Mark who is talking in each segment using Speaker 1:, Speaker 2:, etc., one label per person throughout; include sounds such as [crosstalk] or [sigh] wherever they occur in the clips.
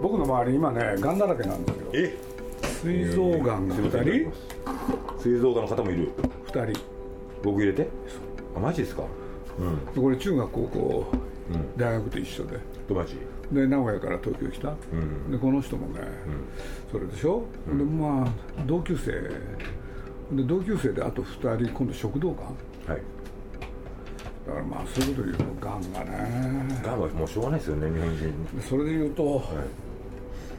Speaker 1: 僕の周り今ねがんだらけなんですよ
Speaker 2: え
Speaker 1: 膵臓がんが
Speaker 2: すい
Speaker 1: 2
Speaker 2: ません
Speaker 1: 人
Speaker 2: 膵臓がんの方もいる
Speaker 1: 2人
Speaker 2: 僕入れてあマジですかうん
Speaker 1: これ中学高校、大学と一緒で
Speaker 2: 友達
Speaker 1: で名古屋から東京来た、でこの人もね、それでしょ、でまあ同級生で同級生であと2人今度食道がん
Speaker 2: はい
Speaker 1: だからまあそういうこと言うとがんがね
Speaker 2: がんはもうしょうがないですよね日本人
Speaker 1: でそれで言うと
Speaker 2: は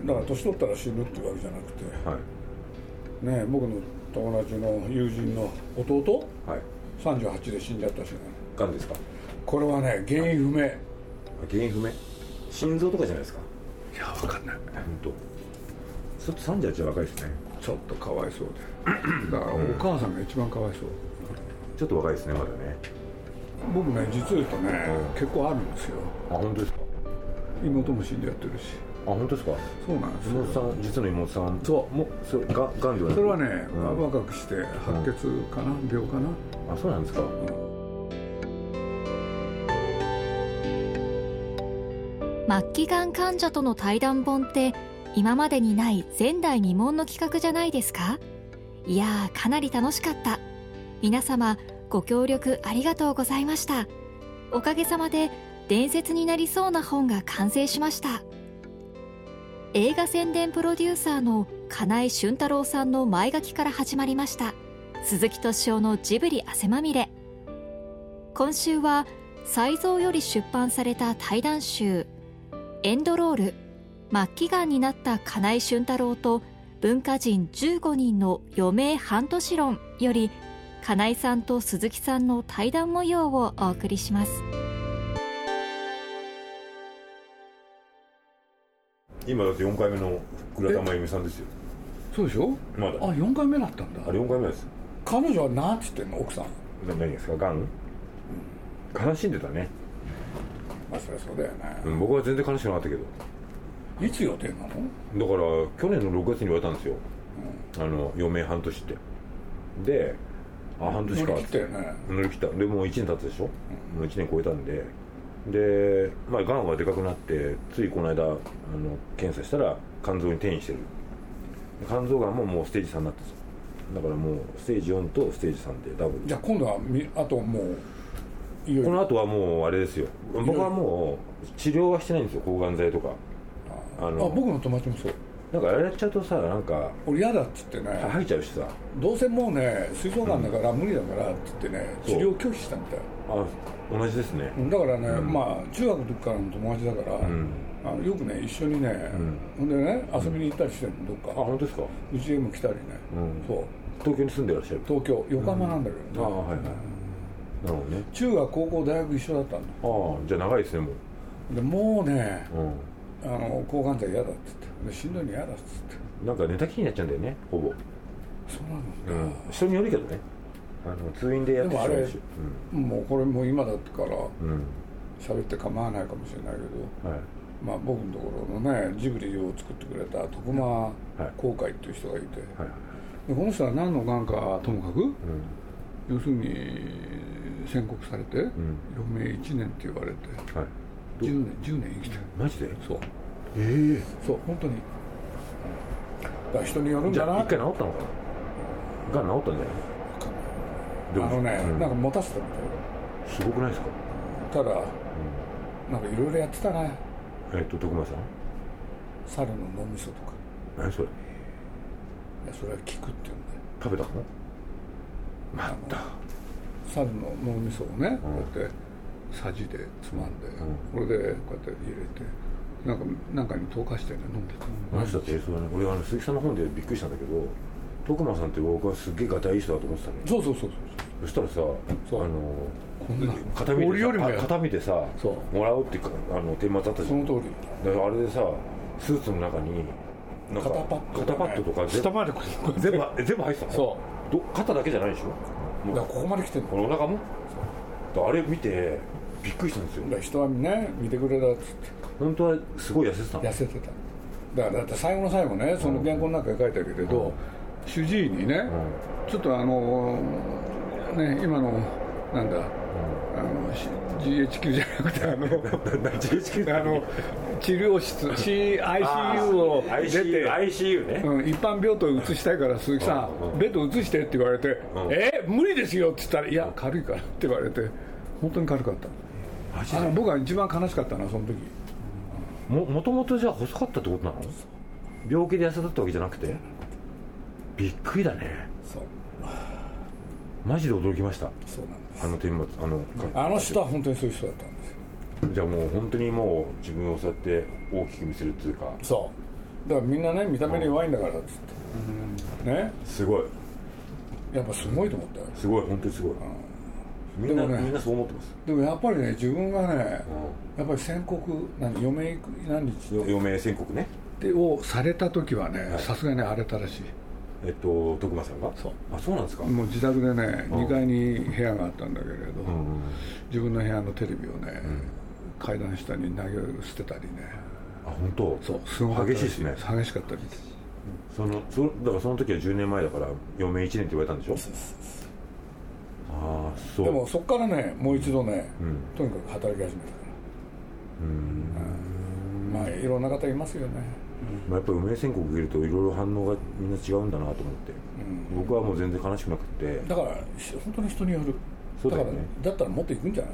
Speaker 2: い
Speaker 1: だから年取ったら死ぬっていうわけじゃなくて
Speaker 2: はい
Speaker 1: ね僕の友達の友人の弟
Speaker 2: はい
Speaker 1: 38で死んじゃったしね
Speaker 2: がんですか
Speaker 1: これはね原因不明い
Speaker 2: 原因不明心臓とかじゃないですか
Speaker 1: や分かんない
Speaker 2: 本当ちょっと三十八は若いですね
Speaker 1: ちょっとかわいそうでだからお母さんが一番かわいそう
Speaker 2: ちょっと若いですねまだね
Speaker 1: 僕ね実を言うとね結構あるんですよ
Speaker 2: あ本当ですか
Speaker 1: 妹も死んじゃってるし
Speaker 2: あ本当ですか
Speaker 1: そうなんですよ
Speaker 2: 妹さん実の妹さん
Speaker 1: そう
Speaker 2: もそれががんではな
Speaker 1: そ
Speaker 2: い
Speaker 1: れはね、
Speaker 2: うん
Speaker 1: 若くして白血かな、病かな
Speaker 2: あそうなんですか
Speaker 3: 末期がん患者との対談本って今までにない前代未聞の企画じゃないですかいやーかなり楽しかった皆様ご協力ありがとうございましたおかげさまで伝説になりそうな本が完成しました映画宣伝プロデューサーの金井俊太郎さんの前書きから始まりました鈴木敏夫のジブリ汗まみれ今週は才蔵より出版された対談集エンドロール末期がんになった金井俊太郎と文化人15人の余命半年論より金井さんと鈴木さんの対談模様をお送りします
Speaker 2: 今だって四回目の倉田真由美さんですよ
Speaker 1: そうでしょ
Speaker 2: ま
Speaker 1: あ
Speaker 2: だ
Speaker 1: 4回目だったんだ
Speaker 2: あれ四回目です
Speaker 1: 彼女は何て言ってんの奥さん
Speaker 2: な何ですかがん悲しんでたね、
Speaker 1: まあそりゃそうだよね、
Speaker 2: うん、僕は全然悲しくなかったけど
Speaker 1: いつ予定なの
Speaker 2: だから去年の6月に言われたんですよ、あの余命半年ってであ半年
Speaker 1: 乗
Speaker 2: か
Speaker 1: り切ったよね
Speaker 2: 乗り切ったでもう1年経つでしょ、もう1年超えたんででまあがんはでかくなってついこの間あの検査したら肝臓に転移してる肝臓がんももうステージ3になってただからもうステージ4とステージ3でダブル
Speaker 1: じゃあ今度はみあともういよい
Speaker 2: この
Speaker 1: よ
Speaker 2: 後はもうあれですよ僕はもう治療はしてないんですよ抗がん剤とかあ
Speaker 1: あ
Speaker 2: の
Speaker 1: 僕の友達もそう
Speaker 2: なんかやられちゃうとさなんか
Speaker 1: 俺嫌だっつってね
Speaker 2: 吐いちゃうしさ
Speaker 1: どうせもうね膵臓がんだから無理だからっつってね治
Speaker 2: そう
Speaker 1: 療を拒否したみたい
Speaker 2: あ同じですね
Speaker 1: うんだからね、まあ中学の時からの友達だから、
Speaker 2: ん
Speaker 1: あのよくね一緒にね、ほんでね遊びに行ったりしてるのどっか、
Speaker 2: あ本当ですか
Speaker 1: うちへも来たりね、
Speaker 2: うん
Speaker 1: そう
Speaker 2: 東京に住んでらっしゃる
Speaker 1: 東京横浜なんだけどね、
Speaker 2: ああはいはいなるほどね
Speaker 1: 中学高校大学一緒だったんだ
Speaker 2: ああじゃあ長いですねも
Speaker 1: でもうねあ
Speaker 2: う、
Speaker 1: の抗がん剤嫌だっつってでしんどいの嫌だっつって
Speaker 2: うん、なんか寝たきりになっちゃうんだよねほぼ、
Speaker 1: そうなの、
Speaker 2: うん、人によるけどねあの通院でやって
Speaker 1: でもあれ
Speaker 2: し
Speaker 1: もうこれもう今だから
Speaker 2: うん、うん
Speaker 1: 喋って構わないかもしれないけど
Speaker 2: はい、
Speaker 1: まあ僕のところのねジブリを作ってくれた徳間航海っていう人がいて、
Speaker 2: はい
Speaker 1: でこの人は何のがんかともかく
Speaker 2: うん
Speaker 1: 要するに宣告されて、
Speaker 2: ん
Speaker 1: 余命1年って言われて
Speaker 2: はい
Speaker 1: 10年10年生きてる
Speaker 2: マジで
Speaker 1: そう
Speaker 2: ええ
Speaker 1: そう本当にだから人によるん
Speaker 2: じ
Speaker 1: だ
Speaker 2: ゃ
Speaker 1: な
Speaker 2: あ
Speaker 1: っ
Speaker 2: 一
Speaker 1: て
Speaker 2: 回治ったのかながん治ったんじゃないで
Speaker 1: あ
Speaker 2: も
Speaker 1: のね、
Speaker 2: うん
Speaker 1: なんか持たせたみ
Speaker 2: すごくないですか、
Speaker 1: たいだただなんかいろいろやってたね
Speaker 2: えっと徳間さん
Speaker 1: 猿の脳みそとか
Speaker 2: 何それ
Speaker 1: いやそれは効くって言うんだよ
Speaker 2: 食べたのまった
Speaker 1: 猿の脳みそをね、こうやってさじでつまんで、これでこうやって入れてなんかなんかに溶かしてね飲んでた
Speaker 2: あの人だってそうだね俺あの鈴木さんの本でびっくりしたんだけど徳間さんって僕はすっげえガタイいい人だと思ってたのよ
Speaker 1: そうそうそう
Speaker 2: そしたらさあの
Speaker 1: そうこんな
Speaker 2: 片身
Speaker 1: 俺
Speaker 2: で
Speaker 1: よりも
Speaker 2: さ
Speaker 1: や
Speaker 2: 片身でさ
Speaker 1: そう
Speaker 2: もらうっていうかあの天末あったじ
Speaker 1: そ
Speaker 2: ゃん
Speaker 1: の通り
Speaker 2: だからあれでさスーツの中になんか
Speaker 1: 肩パッド
Speaker 2: 肩パッドとか
Speaker 1: 下
Speaker 2: 全部
Speaker 1: までこう
Speaker 2: 全部え全部入ってたの
Speaker 1: そ
Speaker 2: ど肩だけじゃないでしょ
Speaker 1: うだか
Speaker 2: も
Speaker 1: ら
Speaker 2: う
Speaker 1: ここまで来てるの
Speaker 2: このお腹もだからあれ見てびっくりしたんですよ
Speaker 1: だから人はね見てくれたっつって
Speaker 2: 本当はすごい痩せてたの
Speaker 1: 痩せてただからだって最後の最後ねその原稿の中に書いてあるけれど、主治医にね、ちょっとあのね今のなんだあのし GHQ じゃなくてあの
Speaker 2: GHQ
Speaker 1: あの治療室 CICU を出て
Speaker 2: ICU, ICU ね、
Speaker 1: うん、一般病棟に移したいから鈴木さ
Speaker 2: うん
Speaker 1: ん、ベッド移してって言われて、
Speaker 2: ん
Speaker 1: え無理ですよって言ったら、いや、軽いからって言われて、本当に軽かった、
Speaker 2: マジ
Speaker 1: あ
Speaker 2: で
Speaker 1: の僕は一番悲しかったな、その時
Speaker 2: ももともとじゃあ細かったってことなの病気で痩せたってわけじゃなくてびっくりだね
Speaker 1: そう
Speaker 2: マジで驚きました
Speaker 1: そうなんです
Speaker 2: あの天末あの
Speaker 1: あの人は本当にそういう人だったんですよ
Speaker 2: じゃあもう本当にもう自分をそうやって大きく見せるっていうか
Speaker 1: そうだからみんなね見た目に弱いんだからっつって、ね
Speaker 2: すごい
Speaker 1: やっぱすごいと思ったよ
Speaker 2: すごい本当にすごいみんな、
Speaker 1: でもね
Speaker 2: みんなそう思ってます、
Speaker 1: でもやっぱりね自分がね
Speaker 2: う
Speaker 1: やっぱり宣告何余命いく何日
Speaker 2: ん、余命宣告ね
Speaker 1: でをされた時はねさすがに荒れたらしい
Speaker 2: えっと徳間さんが
Speaker 1: そう
Speaker 2: あそうなんですか、
Speaker 1: もう自宅でね、2階に部屋があったんだけれど、
Speaker 2: うん
Speaker 1: 自分の部屋のテレビをね、階段下に投げ捨てたりね、
Speaker 2: あ本当
Speaker 1: そう、すごかったら
Speaker 2: 激しいですね
Speaker 1: 激しかったです。
Speaker 2: そのそだからその時は10年前だから余命1年って言われたんでしょああそう
Speaker 1: でもそこからね、もう一度ね、
Speaker 2: ん
Speaker 1: とにかく働き始めたから。うんまあ、いろんな方いますよね。
Speaker 2: まあ、やっぱり余命宣告受けるといろいろ反応がみんな違うんだなと思って、僕はもう全然悲しくなくて
Speaker 1: だから、し本当に人による。
Speaker 2: そうだよね
Speaker 1: から、だったらもっと行くんじゃない、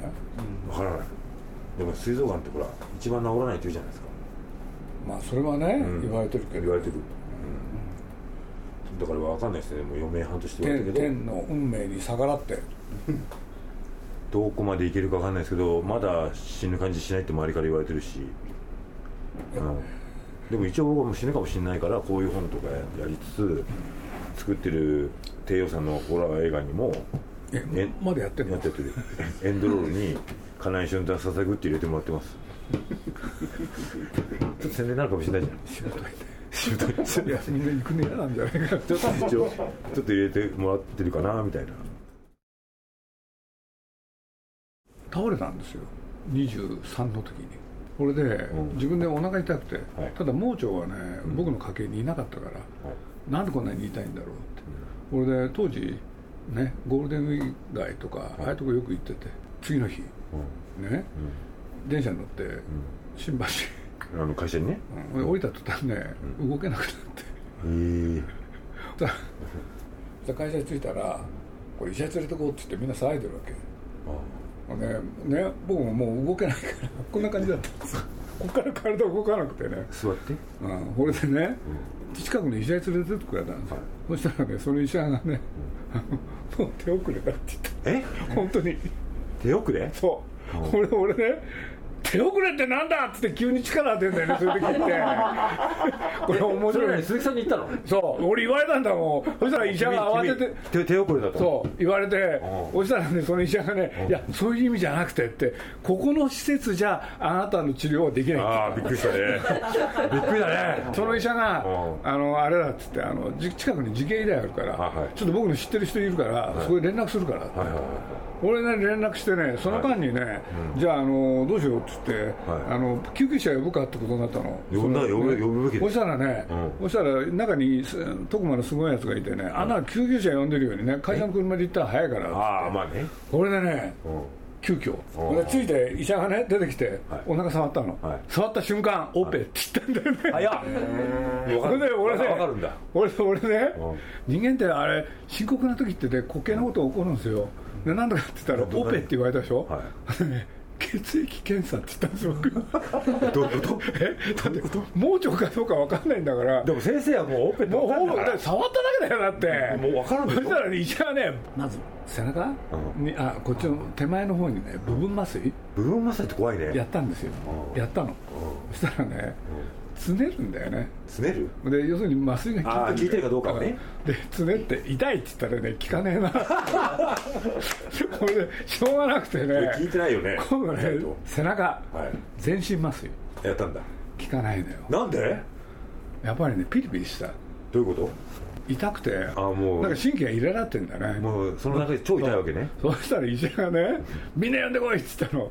Speaker 2: わからないでも膵臓がんってほら一番治らないって言うじゃないですか
Speaker 1: まあ、それはね、
Speaker 2: ん
Speaker 1: 言われてるけ
Speaker 2: 言
Speaker 1: ど
Speaker 2: われてる、うん、だからわかんないですねもう余命半年って言われて
Speaker 1: 天、
Speaker 2: るけど
Speaker 1: 天の運命に逆らって、
Speaker 2: どこまでいけるかわかんないですけどまだ死ぬ感じしないって周りから言われてるし、うん、でも一応僕はもう死ぬかもしれないからこういう本とかやりつつ作ってる低予算のホラー映画にも
Speaker 1: え
Speaker 2: え
Speaker 1: まだやってる
Speaker 2: や
Speaker 1: の
Speaker 2: ってやってるエンドロールに金井俊太ささぐって入れてもらってますちょっと宣伝になるかもしれないじゃん
Speaker 1: 仕事行っていやみんな行くの嫌なんじゃないかな
Speaker 2: ちょっと一応ちょっと入れてもらってるかなみたいな
Speaker 1: 倒れたんですよ23の時にこれで、自分でお腹痛くて、
Speaker 2: はい
Speaker 1: ただ盲腸はね、僕の家系にいなかったから、なんでこんなに痛いんだろうって、これで当時ねゴールデンウィーク街とか、ああいうとこよく行ってて次の日ね、電車に乗って、新橋、
Speaker 2: あの会社にね
Speaker 1: うん降りた途端ね、動けなくなって
Speaker 2: えー、
Speaker 1: そしたらそしたら [laughs] 会社に着いたらこれ医者連れてこうって言ってみんな騒いでるわけねね僕ももう動けないからこんな感じだったんですよここから体動かなくてね、
Speaker 2: 座って
Speaker 1: うん、これでね、近くに医者に連れてってくれたんですよ、そしたらねその医者がね、あのもう手遅れだって
Speaker 2: え
Speaker 1: 言った本当に
Speaker 2: 手遅れ
Speaker 1: そう、俺俺ね手遅れってなんだっつって急に力当てんだよねそういう時って [laughs] これ面白い
Speaker 2: 鈴木さんに言ったの
Speaker 1: そう俺言われたんだもんそしたら医者が慌てて
Speaker 2: 手手遅れだと
Speaker 1: そう言われて
Speaker 2: うん、
Speaker 1: そしたらね、その医者がね、いや、そういう意味じゃなくてって、ここの施設じゃあなたの治療はできない
Speaker 2: ああびっくりしたね
Speaker 1: [laughs]
Speaker 2: びっくりだね
Speaker 1: その医者が
Speaker 2: う、ん
Speaker 1: あのあれだっつってあの、じ近くに慈恵医大あるから、
Speaker 2: はいはい
Speaker 1: ちょっと僕の知ってる人いるから、そこに連絡するからって、
Speaker 2: はいはいは
Speaker 1: 俺ね、連絡してね、その間にね、じゃああの、どうしようっつって、
Speaker 2: はい
Speaker 1: あの、救急車呼ぶかってことになったの、
Speaker 2: 呼んだ
Speaker 1: その
Speaker 2: 呼ぶ呼ぶべきです
Speaker 1: そしたらね、そ
Speaker 2: う
Speaker 1: したら中にす徳間のすごいやつがいてね、あんなの救急車呼んでるよりね、会社の車で行ったら早いからっつって
Speaker 2: いああまあね
Speaker 1: これでね、
Speaker 2: う
Speaker 1: 急遽
Speaker 2: おう
Speaker 1: でついて医者がね出てきて、
Speaker 2: はい
Speaker 1: お腹触ったの、
Speaker 2: はい
Speaker 1: 触った瞬間オペって言ったんだよね、
Speaker 2: ん早っ
Speaker 1: それで俺ね
Speaker 2: わかるんだ
Speaker 1: 俺俺ね
Speaker 2: うん
Speaker 1: 人間ってあれ深刻な時ってね滑稽なことが起こるんですよでなんだかって言ったら
Speaker 2: ど
Speaker 1: オペって言われたでしょ、
Speaker 2: は
Speaker 1: ね血液検査って言ったんですよ僕
Speaker 2: [laughs] どういうこと
Speaker 1: えだって盲腸かどうか分かんないんだから
Speaker 2: でも先生はもうオペって
Speaker 1: もう
Speaker 2: 分か
Speaker 1: ほ
Speaker 2: んだ
Speaker 1: ぼ
Speaker 2: か
Speaker 1: だって
Speaker 2: ら
Speaker 1: 触っただけだよだって
Speaker 2: もう分かるんでし
Speaker 1: そ
Speaker 2: ょ
Speaker 1: したらね医者はねまず背中、
Speaker 2: うん
Speaker 1: にあこっちの手前の方にね部分麻酔
Speaker 2: 部分麻酔って怖いね
Speaker 1: やったんですよ
Speaker 2: うん
Speaker 1: やったのそしたらねつねるんだよね
Speaker 2: 詰める
Speaker 1: で要するに麻酔が効いてるんだよ
Speaker 2: あー効いてるかどうかはね
Speaker 1: でつねって痛いって言ったらね効かねえな [laughs] これでしょうがなくて
Speaker 2: 聞い
Speaker 1: ね
Speaker 2: てないよね
Speaker 1: 今度ね背中
Speaker 2: はい
Speaker 1: 全身麻酔
Speaker 2: やったんだ
Speaker 1: 効かないのよ
Speaker 2: なんで
Speaker 1: やっぱりねピリピリした
Speaker 2: どういうこ
Speaker 1: 痛くてなんか
Speaker 2: あもう
Speaker 1: 神経が入れらってんだね
Speaker 2: ともうその中で超痛いわけね
Speaker 1: そうしたら医者がね、みんな呼んでこいって言ったの、
Speaker 2: うん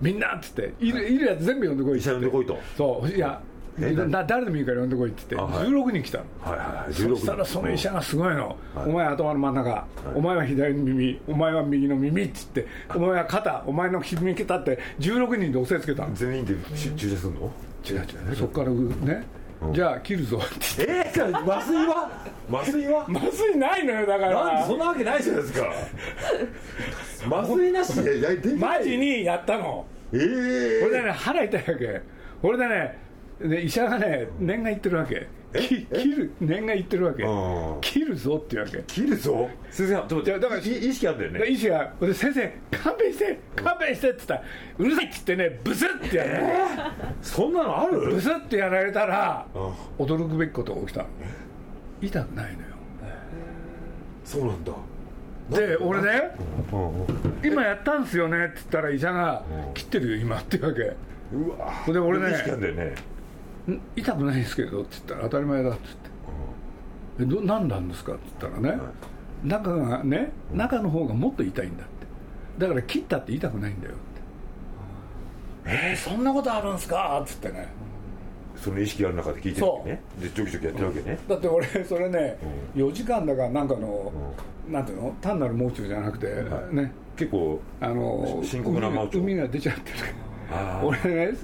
Speaker 1: みんなって言って、いるいるやつ全部呼んでこい
Speaker 2: 医
Speaker 1: って
Speaker 2: 者呼んでこいと
Speaker 1: そう、いや、
Speaker 2: え
Speaker 1: で
Speaker 2: 何
Speaker 1: だ誰でもいいから呼んでこいって言
Speaker 2: あ
Speaker 1: って、
Speaker 2: はい
Speaker 1: 16人来たの、
Speaker 2: はいはい
Speaker 1: そしたらその医者がすごいの、
Speaker 2: はい
Speaker 1: お前は頭の真ん中、お前は左の耳、お前は右の耳って言って、お前は肩、お前の右肩って、16人で押せつけたの、
Speaker 2: 全員でし注射するの
Speaker 1: 違う違う、そこからね、じゃあ切るぞって
Speaker 2: えー、麻酔は麻酔は
Speaker 1: 言って、麻酔ないのよ、だから、
Speaker 2: なんでそんなわけないじゃないですか麻酔なしで焼いて
Speaker 1: マジにやったの、
Speaker 2: ええ
Speaker 1: これでね、腹痛いわけ、これでね、ね医者がね、念が言ってるわけ、き切る、念が言ってるわけ
Speaker 2: うん、
Speaker 1: 切るぞって言うわけ。
Speaker 2: 切るぞ先生ちょっと待って
Speaker 1: いやだから
Speaker 2: い意識あんだよ
Speaker 1: で
Speaker 2: ね
Speaker 1: 医師が「俺先生勘弁して勘弁して」って言ったら「うるさい」っつってねブスってやられた
Speaker 2: そんなのある
Speaker 1: ブスってやられたら
Speaker 2: あ
Speaker 1: 驚くべきことが起きた痛くないのよ
Speaker 2: そうなんだ
Speaker 1: で俺ね
Speaker 2: うんうん
Speaker 1: 「今やったんすよね」って言ったら医者が「切ってるよ今」って言うわけ
Speaker 2: うわ
Speaker 1: それで俺ね
Speaker 2: 意識あんだよね
Speaker 1: ん痛くないですけどって言ったら当たり前だって言ってえど何なんですかって言ったらね中がね中の方がもっと痛いんだってだから切ったって痛くないんだよってえー、そんなことあるんですかっつってね
Speaker 2: その意識ある中で聞いてるわけねでジョキジョキやってるわけね
Speaker 1: だって俺それね4時間だからなんかのなんていうの単なる盲腸じゃなくて
Speaker 2: はい
Speaker 1: ね
Speaker 2: 結構
Speaker 1: あの
Speaker 2: し深刻な盲腸
Speaker 1: 海が海が出ちゃってる
Speaker 2: あー
Speaker 1: 俺ね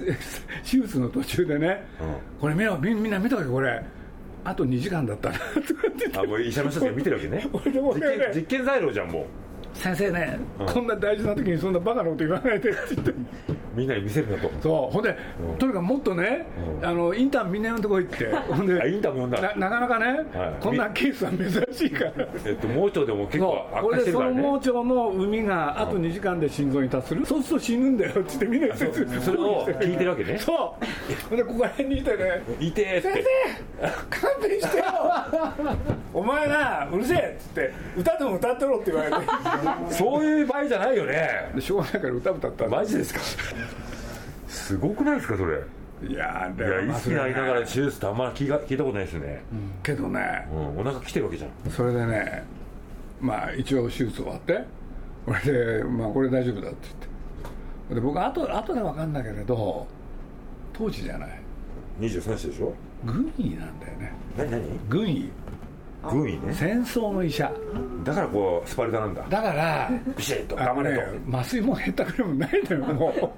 Speaker 1: 手術の途中でね
Speaker 2: う
Speaker 1: これ見ろみみんな見とけこれあと2時間だったな [laughs] とかって言って
Speaker 2: あもう医者の人たちが見てるわけ [laughs] ね
Speaker 1: 俺でも
Speaker 2: 実
Speaker 1: 俺ね
Speaker 2: 験実験材料じゃんも
Speaker 1: 先生ね
Speaker 2: ん
Speaker 1: こんな大事な時にそんなバカなこと言わないでって言って
Speaker 2: うみんなに見せるなと
Speaker 1: そうほんでとにかくもっとね
Speaker 2: うん
Speaker 1: あのインターンみんな呼んでこいってほん
Speaker 2: あイ
Speaker 1: で
Speaker 2: ンタビュー呼んだ
Speaker 1: ななかなか
Speaker 2: は
Speaker 1: ね
Speaker 2: い
Speaker 1: こんなケースは珍しいから
Speaker 2: えっと盲腸でも結構
Speaker 1: そう
Speaker 2: 悪
Speaker 1: こ
Speaker 2: 化
Speaker 1: れで
Speaker 2: してる
Speaker 1: そ
Speaker 2: から
Speaker 1: の盲
Speaker 2: ね
Speaker 1: 腸の海があと2時間で心臓に達するそうすると死ぬんだよって言ってみんな
Speaker 2: そう
Speaker 1: 説明
Speaker 2: それを聞いてるわけね
Speaker 1: そうほんでここら辺にいてね
Speaker 2: いてーっ
Speaker 1: 先
Speaker 2: て
Speaker 1: 生勘弁してよお前なうるせえっつって歌でも歌ってろって言われて
Speaker 2: そういう場合じゃないよね
Speaker 1: でしょうがないから歌歌ったんだ
Speaker 2: マジですかすごくないですかそれい
Speaker 1: いやーで
Speaker 2: や
Speaker 1: も
Speaker 2: 意
Speaker 1: まあそ
Speaker 2: 識
Speaker 1: れ
Speaker 2: ありながら手術ってあんまり聞いた聞いたことないですね、
Speaker 1: けどね
Speaker 2: うん、お腹来てるわけじゃん
Speaker 1: それでねまあ一応手術終わってこれでまあこれ大丈夫だって言ってで僕後後で分かんだけれど当時じゃない
Speaker 2: 23歳でしょ
Speaker 1: 軍医なんだよね
Speaker 2: 何何
Speaker 1: 軍医
Speaker 2: 軍医ね
Speaker 1: 戦争の医者
Speaker 2: だからこうスパルタなんだ
Speaker 1: だから
Speaker 2: ビシッと
Speaker 1: あ
Speaker 2: 頑張
Speaker 1: の
Speaker 2: れ
Speaker 1: ね
Speaker 2: と
Speaker 1: 麻酔も減ったくれもないのよ [laughs] も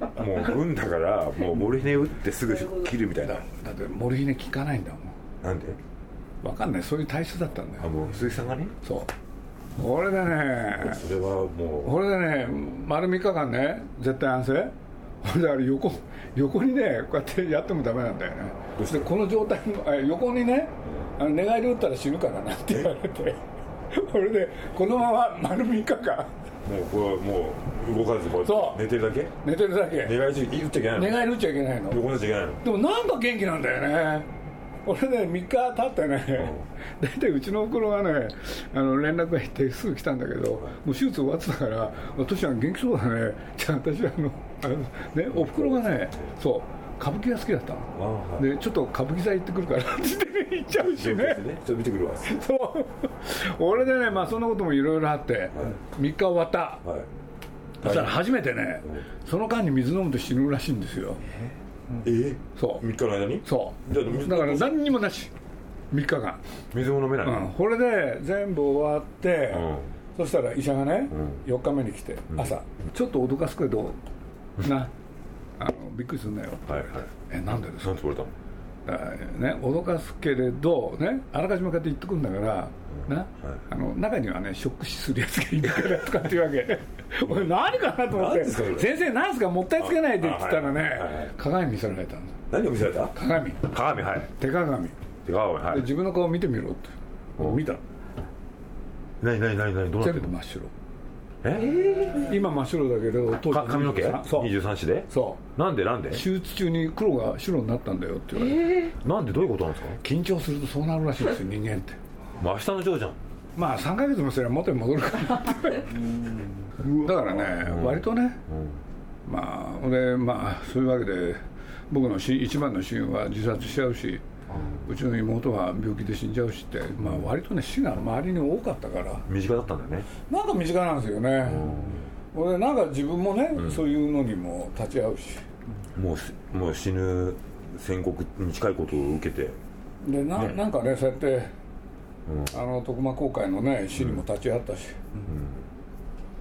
Speaker 1: う
Speaker 2: もう軍だからもうモルヒネ打ってすぐ切るみたいな
Speaker 1: だってモルヒネ効かないんだもん
Speaker 2: なんで
Speaker 1: 分かんないそういう体質だったんだ
Speaker 2: あ
Speaker 1: よ
Speaker 2: もう鈴木さんがね
Speaker 1: そうこれでね
Speaker 2: それはも
Speaker 1: これでね丸3日間ね絶対安静ほんであれ横横にねこうやってやってもダメなんだよね
Speaker 2: どうして
Speaker 1: でこの状態のあ横にねあの寝返り打ったら死ぬからなって言われてこれでこのまま丸3日間
Speaker 2: うもうこれはもう動かずこうや
Speaker 1: そ
Speaker 2: っ
Speaker 1: う
Speaker 2: て寝てるだけ
Speaker 1: 寝てるだけ
Speaker 2: 寝返り中打っちゃいけない
Speaker 1: 寝
Speaker 2: の
Speaker 1: 返り打っちゃいけないの
Speaker 2: 横になっちゃいけないの
Speaker 1: でもなんか元気なんだよね俺ね3日経ってね大体うちのおふくろがねあの連絡が入ってすぐ来たんだけどもう手術終わってたから「トシちゃん元気そうだね」じゃあ私はあのあのねおふくろがねそう歌舞伎が好きだった
Speaker 2: あ
Speaker 1: の
Speaker 2: はい
Speaker 1: でちょっと歌舞伎座行ってくるからって言ってね行っちゃうし
Speaker 2: そうで
Speaker 1: ね
Speaker 2: すねちょっと見てくるわ
Speaker 1: そう俺でねまあそんなこともいろいろあって3日終わった
Speaker 2: はい
Speaker 1: そしたら初めてねその間に水飲むと死ぬらしいんですよ
Speaker 2: えー、
Speaker 1: そう
Speaker 2: 3日の間に
Speaker 1: そう
Speaker 2: じゃあ水
Speaker 1: だから何にもなし3日間、
Speaker 2: 水も飲めない、
Speaker 1: うん、これで全部終わって、
Speaker 2: う
Speaker 1: そ
Speaker 2: ん
Speaker 1: したら医者がね、
Speaker 2: う
Speaker 1: 4日目に来て朝、ちょっと脅かすけどなあのびっくりすんなよ
Speaker 2: はいはい
Speaker 1: えなんでですか
Speaker 2: 何つぼれたの
Speaker 1: だからね脅かすけれどねあらかじめこうやって言ってくるんだから、な、あの中にはねショック死するやつがいるからとかっていうわけ俺何かなと思っ
Speaker 2: 何
Speaker 1: て
Speaker 2: ですかそれ
Speaker 1: 先生何すかもったいつけないでって言ったらね、
Speaker 2: あはいはい
Speaker 1: 鏡見せられたんだ
Speaker 2: 何を見せられた
Speaker 1: 鏡
Speaker 2: 鏡はい
Speaker 1: 手鏡
Speaker 2: 手鏡は
Speaker 1: で
Speaker 2: い
Speaker 1: 自分の顔見てみろって見た
Speaker 2: 何何何何どうな
Speaker 1: 全
Speaker 2: って
Speaker 1: 部
Speaker 2: る
Speaker 1: 真
Speaker 2: の
Speaker 1: っ白
Speaker 2: え
Speaker 1: 今真っ白だけど当
Speaker 2: か髪の毛
Speaker 1: そう
Speaker 2: 23子で
Speaker 1: そう
Speaker 2: なんでなんで
Speaker 1: 手術中に黒が白になったんだよって言われて、
Speaker 2: なんでどういうことなんですか
Speaker 1: 緊張するとそうなるらしいですよ人間って
Speaker 2: もう明日のジョーじゃん
Speaker 1: まあ3ヶ月もすれば元に戻るからだからね、割とね、まあ俺まあそういうわけで僕のし一番の親友は自殺しちゃうし、うちの妹は病気で死んじゃうしって、まあ、割とね死が周りに多かったから
Speaker 2: 身近だったんだよね
Speaker 1: なんか身近なんですよね、俺なんか自分もね、そういうのにも立ち会うし
Speaker 2: もうしもう死ぬ宣告に近いことを受けて、
Speaker 1: でな
Speaker 2: ね
Speaker 1: なんかねそうやって
Speaker 2: うん
Speaker 1: あの徳間公会のね死にも立ち会ったし、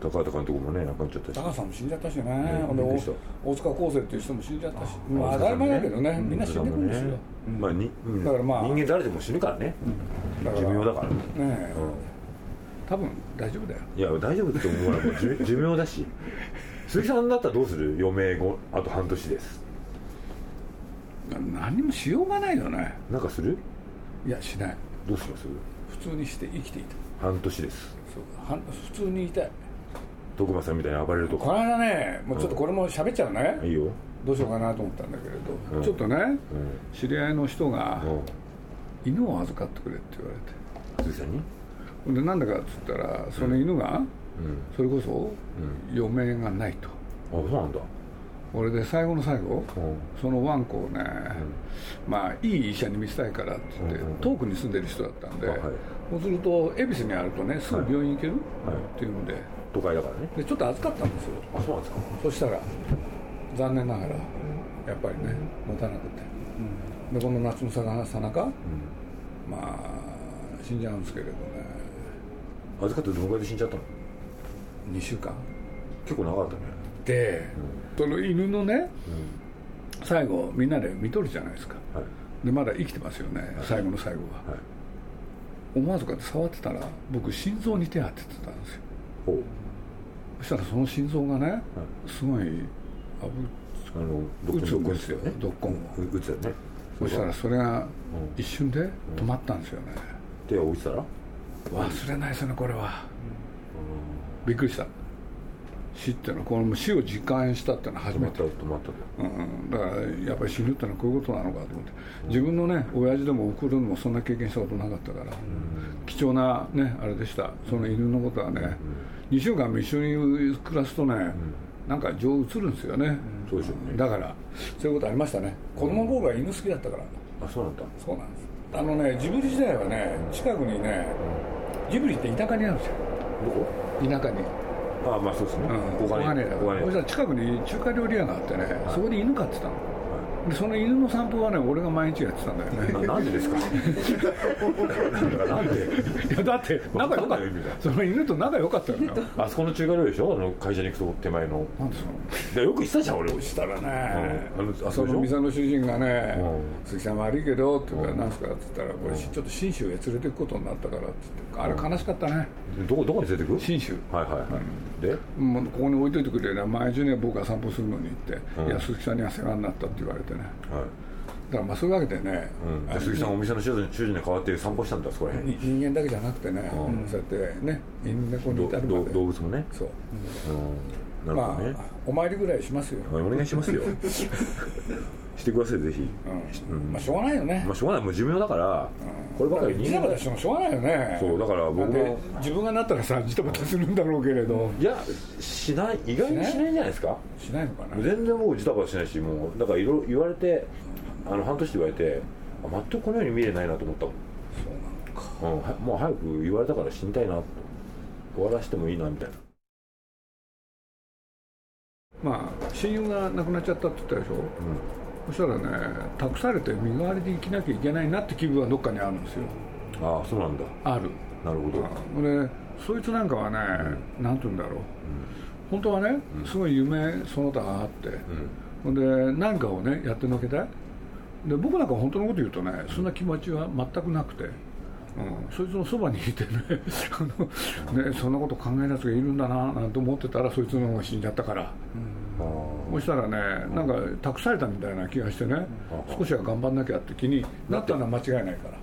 Speaker 2: 高畑監督もね亡くなっちゃったし
Speaker 1: 高橋さんも死んじゃったしね、ほん
Speaker 2: びっくりし
Speaker 1: で
Speaker 2: た
Speaker 1: お大塚康生っていう人も死んじゃったし、まあ、当たり前だけどね、みんな死んでくんですよ、うん
Speaker 2: まあにうん
Speaker 1: だからまあ
Speaker 2: 人間誰でも死ぬからね、
Speaker 1: だから
Speaker 2: 寿命だから、うん、
Speaker 1: ねえ多分大丈夫だよ
Speaker 2: いや大丈夫って思わ
Speaker 1: [laughs]
Speaker 2: ない寿寿命だし鈴木さんだったらどうする余命後あと半年です
Speaker 1: 何もしようがないよね
Speaker 2: なんかする
Speaker 1: いやしない
Speaker 2: どうします
Speaker 1: 普通にして生きていた
Speaker 2: 半年です
Speaker 1: そうは普通にいたい
Speaker 2: 徳間さんみたいに暴れると
Speaker 1: こ
Speaker 2: か
Speaker 1: の間ねもうちょっとこれも喋っちゃうね、
Speaker 2: いいよ、うん
Speaker 1: どうしようかなと思ったんだけれど、
Speaker 2: うん
Speaker 1: ちょっとね知り合いの人が
Speaker 2: うん、
Speaker 1: 犬を預かってくれって言われて
Speaker 2: 鈴木さんに
Speaker 1: ほんでなんでかっつったらその犬が
Speaker 2: うん
Speaker 1: それこそ余命がないと
Speaker 2: あそうなんだ、
Speaker 1: 俺で最後の最後
Speaker 2: うん
Speaker 1: そのワンコをね、まあいい医者に見せたいからって言って、
Speaker 2: うんうん
Speaker 1: 遠くに住んでる人だったんで、
Speaker 2: あはい
Speaker 1: そうすると恵比寿にあるとねすぐ病院行ける、
Speaker 2: はい
Speaker 1: っていうので
Speaker 2: 都会だからね
Speaker 1: でちょっと預かったんですよ
Speaker 2: あそうなんですか
Speaker 1: そしたら残念ながらやっぱりね持たなくて、でこの夏のさなさなかまあ死んじゃうんですけれどね
Speaker 2: 預かってどのぐらいで死んじゃったの
Speaker 1: 2週間
Speaker 2: 結構長かったね
Speaker 1: で、その犬のね最後みんなで見とるじゃないですか
Speaker 2: はい
Speaker 1: でまだ生きてますよね最後の最後は、
Speaker 2: はい
Speaker 1: 思わずこうやって触ってたら僕心臓に手当ててたんですよ
Speaker 2: ほう
Speaker 1: そしたらその心臓がねすごいあ
Speaker 2: あの
Speaker 1: ぶ
Speaker 2: どっ
Speaker 1: 打
Speaker 2: ち
Speaker 1: つ
Speaker 2: も
Speaker 1: ん
Speaker 2: どっ
Speaker 1: で
Speaker 2: ち
Speaker 1: す
Speaker 2: も
Speaker 1: よ
Speaker 2: ね
Speaker 1: ドッコンを
Speaker 2: う打つよね
Speaker 1: そしたらそれが一瞬で止まったんですよね
Speaker 2: 手を置いてたら
Speaker 1: 忘れないですねこれはびっくりした死ってのはこの死を実感したってのは初
Speaker 2: 止ま
Speaker 1: め
Speaker 2: ってた止まった
Speaker 1: うん、だからやっぱり死ぬってのはこういうことなのかと思って自分のね親父でも送るのもそんな経験したことなかったから貴重なねあれでしたその犬のことはね2週間も一緒に暮らすとねなんか情移るんですよね
Speaker 2: そうでしょうね
Speaker 1: だからそういうことありましたね子供の頃は犬好きだったから
Speaker 2: あそうなんだ
Speaker 1: そうなんですあのねジブリ時代はね近くにねジブリって田舎にあるんですよ
Speaker 2: どこ
Speaker 1: 田舎に
Speaker 2: あまあそうですね
Speaker 1: うん
Speaker 2: 小金井
Speaker 1: だ
Speaker 2: 小金井
Speaker 1: そしたら近くに中華料理屋があってねそこで犬飼ってたのでその犬の散歩はね俺が毎日やってたんだよね
Speaker 2: [laughs] ななんでですかなんだなんで
Speaker 1: いやだ [laughs] って仲良かっ
Speaker 2: わかんないよみたいな
Speaker 1: たその犬と仲良かったの
Speaker 2: [laughs]
Speaker 1: よ
Speaker 2: あそこの中華料理でしょあの会社に行くと手前の
Speaker 1: なんでその
Speaker 2: でよく言ってたじゃん俺したら
Speaker 1: ね
Speaker 2: あのあそ
Speaker 1: そ
Speaker 2: こでし
Speaker 1: の
Speaker 2: ょ
Speaker 1: 店の主人がね「
Speaker 2: う
Speaker 1: 鈴木さん悪いけど」って言うから「何すか?」って言ったら「これちょっと信州へ連れて行くことになったから」って言ってあれ悲しかったね
Speaker 2: どこどこに連れてく
Speaker 1: 信州
Speaker 2: はいはいはいで
Speaker 1: もうここに置いといてくれりゃ毎日ね僕が散歩するのに行って「
Speaker 2: うん
Speaker 1: いや鈴木さんには世話になった」って言われてね
Speaker 2: はい
Speaker 1: だからまあそういうわけでね、
Speaker 2: うん
Speaker 1: あ
Speaker 2: で
Speaker 1: の
Speaker 2: 鈴木さんお店の主人主人に代わって散歩したんだそこら辺
Speaker 1: に
Speaker 2: に
Speaker 1: 人間だけじゃなくてね、うんそうやってね犬猫に
Speaker 2: ど
Speaker 1: 至る
Speaker 2: ど
Speaker 1: まで
Speaker 2: 動物もね
Speaker 1: そう、
Speaker 2: うんなる
Speaker 1: ま
Speaker 2: ほどね
Speaker 1: あお参りぐらいしますよ、
Speaker 2: お願いします
Speaker 1: [laughs]
Speaker 2: よしてくださいぜひ
Speaker 1: うんまあしょうがないよね、
Speaker 2: まあしょうがないもう寿命だからこればかり
Speaker 1: ジタ
Speaker 2: 人
Speaker 1: バ
Speaker 2: 間
Speaker 1: タしてもしょうがないよね
Speaker 2: そうだから僕
Speaker 1: で
Speaker 2: も
Speaker 1: 自分がなったらさジタバタするんだろうけれど、
Speaker 2: いやしない意外にしないんじゃないですか
Speaker 1: しないのかな
Speaker 2: 全然僕ジタバタしないしもうだからいろいろ言われてあの半年で言われてあ全くこのように見れないなと思ったもん
Speaker 1: そうなのか
Speaker 2: うんはもう早く言われたから死にたいなと終わらせてもいいなみたいな
Speaker 1: まあ親友が亡くなっちゃったって言ったでしょ、そしたらね託されて身代わりで生きなきゃいけないなって気分はどっかにあるんですよ
Speaker 2: ああそうなんだ
Speaker 1: ある
Speaker 2: なるほど
Speaker 1: 俺そいつなんかはね、なんて言うんだろう、本当はねすごい夢その他があって、ほんで何かをねやってのけたいで僕なんか本当のこと言うとねそんな気持ちは全くなくて、うん、そいつのそばにいてね [laughs] あのねそんなこと考えるやつがいるんだななんて思ってたらそいつの方が死んじゃったから、
Speaker 2: ああ
Speaker 1: そしたらねなんか託されたみたいな気がしてね、少しは頑張んなきゃって気になったのは間違いないから、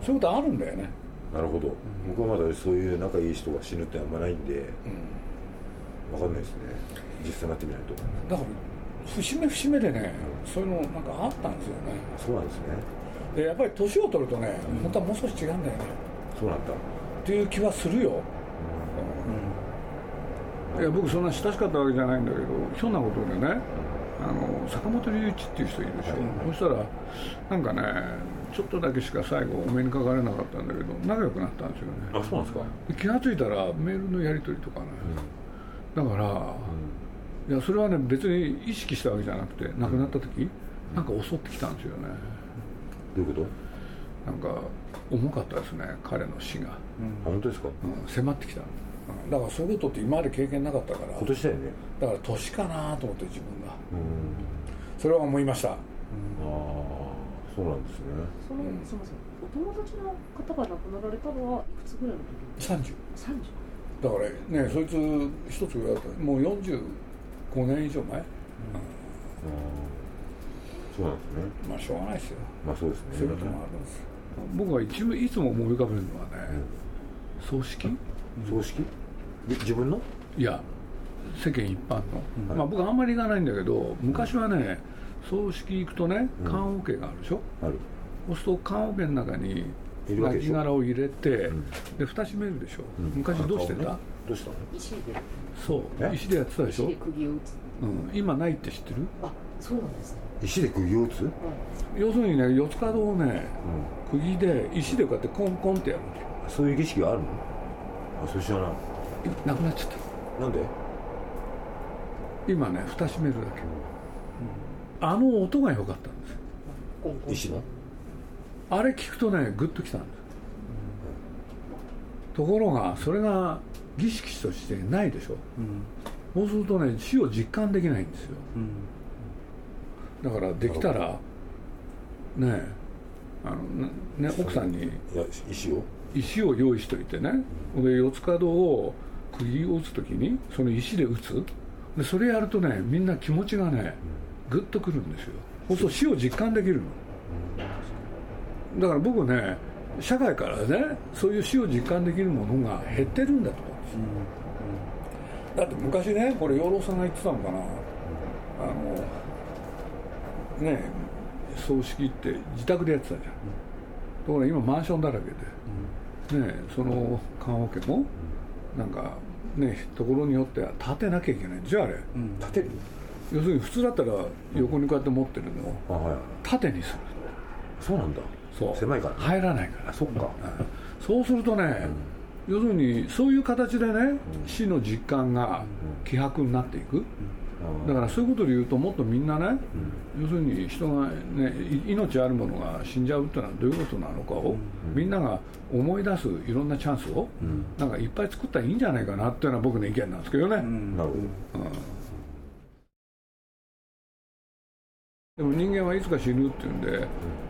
Speaker 1: そういうことあるんだよね
Speaker 2: なるほど僕はまだそういう仲いい人が死ぬってあんまないんで、わかんないですね実際になってみないと
Speaker 1: だから節目節目でねそういうのなんかあったんですよね
Speaker 2: そうなんですね
Speaker 1: でやっぱり年を取るとね本当はもう少し違うんだよね
Speaker 2: そうなんだ
Speaker 1: っていう気はするよ、いや僕そんな親しかったわけじゃないんだけどひょんなことでねあの坂本龍一っていう人いるでしょ、そしたらなんかねちょっとだけしか最後お目にかかれなかったんだけど仲良くなったんですよね
Speaker 2: あそうなんですか
Speaker 1: で気が付いたらメールのやり取りとかね、だから、いやそれはね別に意識したわけじゃなくて亡くなった時、なんか襲ってきたんですよね
Speaker 2: どういうこと
Speaker 1: なんか重かったですね彼の死が、
Speaker 2: あ本当ですか
Speaker 1: うん、迫ってきた、うんだからそういうことって今まで経験なかったから
Speaker 2: 今年だよね
Speaker 1: だから年かなと思って自分が
Speaker 2: うん
Speaker 1: それは思いました
Speaker 2: ああそうなんですね
Speaker 4: その、すみません。お友達の方が亡くなられたのはいくつぐらいの時？
Speaker 1: 30
Speaker 4: 三十。
Speaker 1: だからねそいつ一つ上だともう45年以上前、
Speaker 2: あーそうなんですね
Speaker 1: まあしょうがないですよ
Speaker 2: まあそうですね
Speaker 1: そういうこともあるんです僕は一番いつも思い浮かべるのはね、葬式
Speaker 2: 葬式で自分の
Speaker 1: いや世間一般の、まあ、僕あんまり行かないんだけど昔はね葬式行くとね
Speaker 2: うん
Speaker 1: 棺桶があるでしょ、
Speaker 2: ある
Speaker 1: そうすると棺桶の中に
Speaker 2: いるわけ
Speaker 1: 亡
Speaker 2: でしょ
Speaker 1: 骸を入れて、
Speaker 2: ん
Speaker 1: で蓋閉めるでしょ、
Speaker 2: うん
Speaker 1: 昔どうしてた、
Speaker 2: あどうしたの
Speaker 4: 石で
Speaker 1: そ
Speaker 2: え
Speaker 1: う石でやってたでし
Speaker 4: 石
Speaker 1: ょ
Speaker 4: で、釘を打つ。
Speaker 1: うん、今ないって知ってる
Speaker 4: あ、そうなんですね。
Speaker 2: 石で釘を打つうん
Speaker 1: 要するにね四つ角をね釘で石でこうやってコンコンってやるわ
Speaker 2: そういう儀式があるのあそれ知らない
Speaker 1: けなくなっちゃった
Speaker 2: なんで
Speaker 1: 今ね蓋閉めるだけ、あの音が良かったんです
Speaker 4: コンコン。
Speaker 2: 石の
Speaker 1: あれ聞くとねグッときたんです、ところがそれが儀式としてないでしょ
Speaker 5: うん
Speaker 1: そうするとね死を実感できないんですよ
Speaker 5: うん
Speaker 1: だからできたらねえあのねね奥さんに
Speaker 2: いや石を
Speaker 1: 石を用意しといてねで四つ角を釘を打つ時にその石で打つでそれやるとねみんな気持ちがねグッとくるんですよそうすると死を実感できるのだから僕ね社会からねそういう死を実感できるものが減ってるんだと思うんですよだって昔ねこれ養老さんが言ってたのかなあのねえ葬式って自宅でやってたじゃんところが今マンションだらけで、ねえその棺桶もなんかねところによっては立てなきゃいけないじゃああれ
Speaker 5: うん
Speaker 2: 立てる
Speaker 1: 要するに普通だったら横にこうやって持ってるのを
Speaker 2: あはい
Speaker 1: 縦にする
Speaker 2: そうなんだ
Speaker 1: そう
Speaker 2: 狭いからね
Speaker 1: 入らないから
Speaker 2: あそっか
Speaker 1: そうするとね、要するにそういう形でね、死の実感が希薄になっていく、だからそういうことで言うともっとみんなね、要するに人が、ね、い命あるものが死んじゃうってのはどういうことなのかを、みんなが思い出すいろんなチャンスを、なんかいっぱい作ったらいいんじゃないかなっていうのは僕の意見なんですけどね、
Speaker 5: うん
Speaker 2: なるほど
Speaker 1: でも人間はいつか死ぬっていうんで、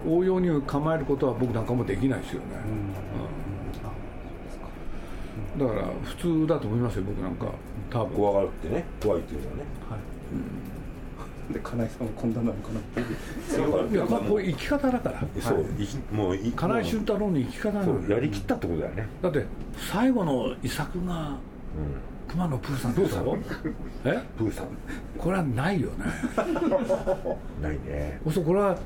Speaker 1: 応用に構えることは僕なんかもできないですよね、うんだから普通だと思いますよ僕なんか多分
Speaker 2: 怖がるってね怖いっていうのはね
Speaker 5: で金井さんはこんななのかなっていう
Speaker 1: いやまあこれ生き方だから
Speaker 2: そう、いきもうい
Speaker 1: 金井俊太郎の生き方な
Speaker 2: そ
Speaker 1: の
Speaker 2: うやりきったってことだよね、
Speaker 1: だって最後の遺作が熊野プーさんでしょえ
Speaker 2: プーさん
Speaker 1: これはないよね
Speaker 2: ないね
Speaker 1: そうこれは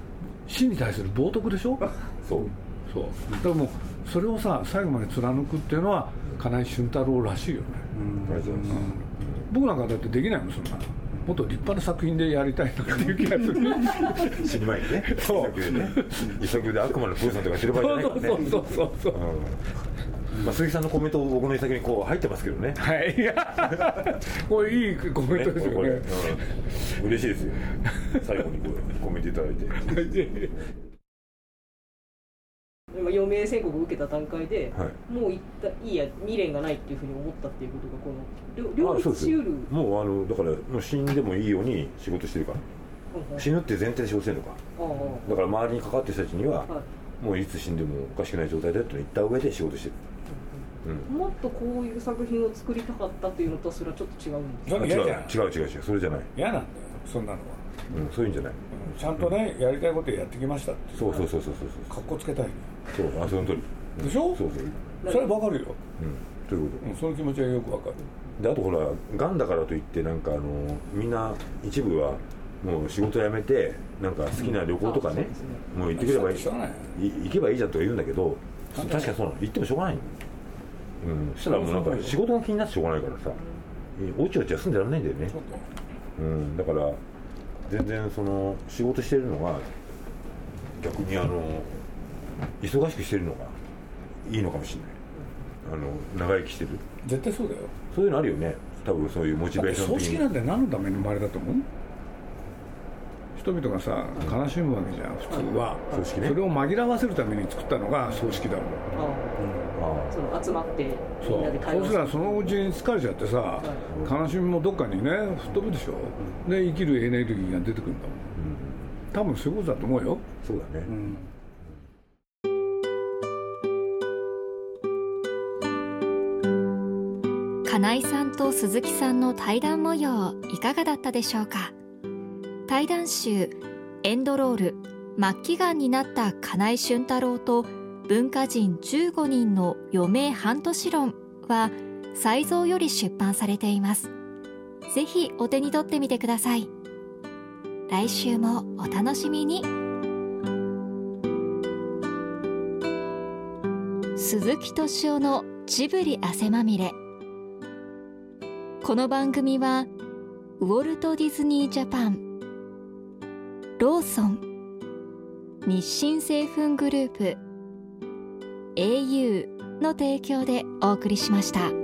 Speaker 1: 死に対する冒涜でしょ
Speaker 2: そう
Speaker 1: そうだからもうそれをさ最後まで貫くっていうのは金井俊太郎らしいよね
Speaker 2: ありがとうございます
Speaker 1: 僕なんかだってできないもんそんなのもっと立派な作品でやりたいなっていう気がする
Speaker 2: 死ぬ前に [laughs] ね
Speaker 1: そう
Speaker 2: 一作でね一作で悪魔のプーさんとか知る場合じゃないからね
Speaker 1: そうそうそうそう
Speaker 2: うんまあ、鈴木さんのコメント僕の先にこう入ってますけどね
Speaker 1: はいいやこれいいコメン
Speaker 2: ね
Speaker 1: トですよ
Speaker 2: これ、
Speaker 1: ね
Speaker 2: うん、嬉しいですよ最後にこうコメントいただいて
Speaker 4: 今余命宣告を受けた段階で、
Speaker 2: はい
Speaker 4: もういったいいや未練がないっていうふうに思ったっていうことがこの両両
Speaker 2: あそう
Speaker 4: 立
Speaker 2: です
Speaker 4: しう
Speaker 2: よ
Speaker 4: る。
Speaker 2: もうあのだからもう死んでもいいように仕事してるから
Speaker 4: うんうん
Speaker 2: 死ぬって前提で仕事してるのか
Speaker 4: ああ
Speaker 2: だから周りに関わってる人たちには、
Speaker 4: は
Speaker 2: もういつ死んでもおかしくない状態だよって言った上で仕事してる
Speaker 4: もっとこういう作品を作りたかったというのとそれはちょっと違うんです
Speaker 1: そ
Speaker 2: あ
Speaker 1: れ
Speaker 2: 違
Speaker 1: 嫌
Speaker 2: う
Speaker 1: じゃん
Speaker 2: 違う違う違うそれじゃない、
Speaker 1: 嫌なんだよそんなのは
Speaker 2: うん、そういうんじゃない
Speaker 1: ちゃんとねやりたいことやってきましたって
Speaker 2: そうそうそうそうそう
Speaker 1: かっこつけたい
Speaker 2: そうそうあその通り
Speaker 1: でしょ
Speaker 2: そうそう
Speaker 1: それはわかるよ、
Speaker 2: うんというこ
Speaker 1: うん、その気持ちはよくわかる
Speaker 2: とであとほらがんだからといってなんかあのみんな一部はもう仕事辞めてなんか好きな旅行とかね
Speaker 4: あそうですね
Speaker 2: もう行ってくればいい
Speaker 1: しょうがない
Speaker 2: い行けばいいじゃんとか言うんだけど確かにそうなの行ってもしょうがないうんそしたらもうなんか仕事が気になってしょうがないからさおちおち休んでらんないんだよね
Speaker 1: ちょっと
Speaker 2: うん、だから全然その仕事してるのが逆にあの忙しくしてるのがいいのかもしれないあの長生きしてる
Speaker 1: 絶対そうだよ
Speaker 2: そういうのあるよね多分そういうモチ
Speaker 1: だっ
Speaker 2: ベ
Speaker 1: て
Speaker 2: ーション
Speaker 1: 葬
Speaker 2: 的
Speaker 1: 式
Speaker 2: に
Speaker 1: なんて何のために生まれたと思う人々がさ悲しむわけじゃん普通は
Speaker 2: 葬式ね
Speaker 1: それを紛らわせるために作ったのが葬式だもん
Speaker 4: あ
Speaker 2: あ
Speaker 4: あその集まってみ
Speaker 1: そ
Speaker 4: んな
Speaker 1: う
Speaker 4: で会
Speaker 1: そうす
Speaker 4: 話す
Speaker 1: り
Speaker 4: る
Speaker 1: ゃそのうちに疲れちゃってさ悲しみもどっかにね吹っ飛ぶでしょで生きるエネルギーが出てくるんだもん
Speaker 2: あうん
Speaker 1: 多分そういうことだと思うよ
Speaker 2: そうだね、
Speaker 5: うん
Speaker 3: 金井さんと鈴木さんの対談模様いかがだったでしょうか対談集「エンドロール末期がんになった金井俊太郎と文化人15人の余命半年論」は才蔵より出版されていますぜひお手に取ってみてください来週もお楽しみに鈴木敏夫のジブリ汗まみれこの番組はウォルト・ディズニー・ジャパンローソン日清製粉グループ au の提供でお送りしました。